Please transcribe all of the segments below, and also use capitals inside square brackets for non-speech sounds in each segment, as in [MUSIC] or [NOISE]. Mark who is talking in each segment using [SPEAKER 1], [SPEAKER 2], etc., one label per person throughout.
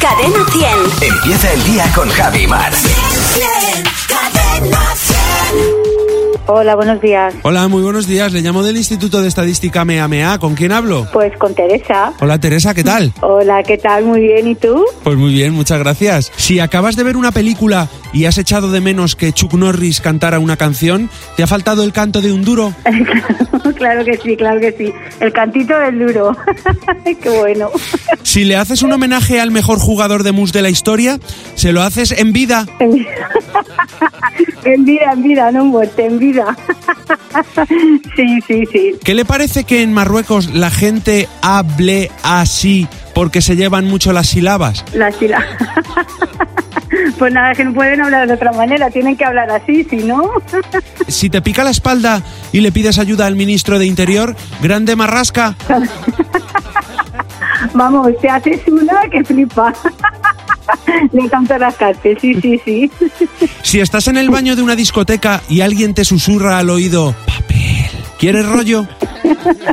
[SPEAKER 1] Cadena 100.
[SPEAKER 2] Empieza el día con Javi Mar.
[SPEAKER 1] Cadena 100.
[SPEAKER 3] Hola, buenos días.
[SPEAKER 4] Hola, muy buenos días. Le llamo del Instituto de Estadística MEAMEA. ¿Con quién hablo?
[SPEAKER 3] Pues con Teresa.
[SPEAKER 4] Hola Teresa, ¿qué tal?
[SPEAKER 3] Hola, ¿qué tal? Muy bien, ¿y tú?
[SPEAKER 4] [LAUGHS]
[SPEAKER 3] [LAUGHS]
[SPEAKER 4] Pues muy bien, muchas gracias. Si acabas de ver una película y has echado de menos que Chuck Norris cantara una canción, ¿te ha faltado el canto de un [LAUGHS] duro?
[SPEAKER 3] claro que sí, claro que sí. El cantito del duro. [LAUGHS] Qué bueno. [LAUGHS]
[SPEAKER 4] Si le haces un homenaje al mejor jugador de mus de la historia, se lo haces en vida.
[SPEAKER 3] [LAUGHS] En vida, en vida, no en muerte, en vida. [LAUGHS] sí, sí, sí.
[SPEAKER 4] ¿Qué le parece que en Marruecos la gente hable así porque se llevan mucho las sílabas?
[SPEAKER 3] La sila. [LAUGHS] pues nada, que no pueden hablar de otra manera, tienen que hablar así, si no. [LAUGHS]
[SPEAKER 4] Si te pica la espalda y le pides ayuda al ministro de Interior, grande marrasca.
[SPEAKER 3] Vamos, te haces una que flipa. [LAUGHS] Le encanta rascarte, sí, sí, sí.
[SPEAKER 4] Si estás en el baño de una discoteca y alguien te susurra al oído, papel, ¿quieres rollo?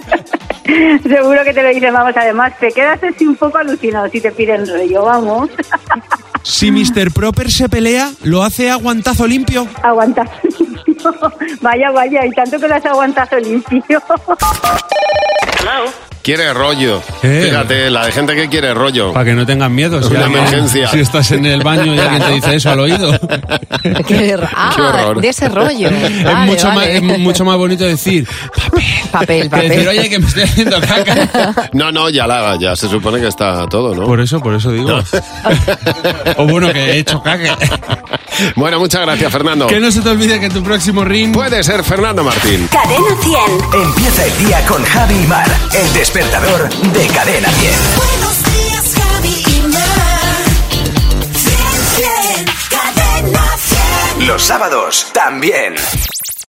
[SPEAKER 3] [LAUGHS] Seguro que te lo dicen, vamos, además, te quedas así un poco alucinado si te piden rollo, vamos. [LAUGHS]
[SPEAKER 4] Si Mr. Proper se pelea, lo hace aguantazo limpio.
[SPEAKER 3] Aguantazo limpio. [LAUGHS] Vaya, vaya, y tanto que lo has aguantado limpio.
[SPEAKER 5] Quiere rollo.
[SPEAKER 4] Eh.
[SPEAKER 5] Fíjate, la de gente que quiere rollo.
[SPEAKER 4] Para que no tengas miedo. Si,
[SPEAKER 5] Una
[SPEAKER 4] alguien-
[SPEAKER 5] emergencia.
[SPEAKER 4] si estás en el baño y alguien te dice eso al oído. [LAUGHS]
[SPEAKER 6] Qué hor- ah,
[SPEAKER 5] Qué horror.
[SPEAKER 6] de ese rollo.
[SPEAKER 4] es,
[SPEAKER 6] Vale,
[SPEAKER 4] mucho más,
[SPEAKER 6] vale.
[SPEAKER 4] es mucho más bonito decir,
[SPEAKER 6] Papel,
[SPEAKER 4] que decir,
[SPEAKER 6] papel.
[SPEAKER 4] oye, que me estoy haciendo caca.
[SPEAKER 5] No, no, ya la, ya se supone que está todo, ¿no?
[SPEAKER 4] Por eso, por eso digo. o bueno, que he hecho caca.
[SPEAKER 5] Bueno, muchas gracias, Fernando.
[SPEAKER 4] que no se te olvide que tu próximo ring...
[SPEAKER 5] Puede ser Fernando Martín.
[SPEAKER 1] Cadena 100.
[SPEAKER 2] Empieza el día con Javi Mar. El despertador de Cadena 10.
[SPEAKER 1] Buenos días, Javi y Mar. 100, 100. Cadena 100.
[SPEAKER 2] Los sábados también.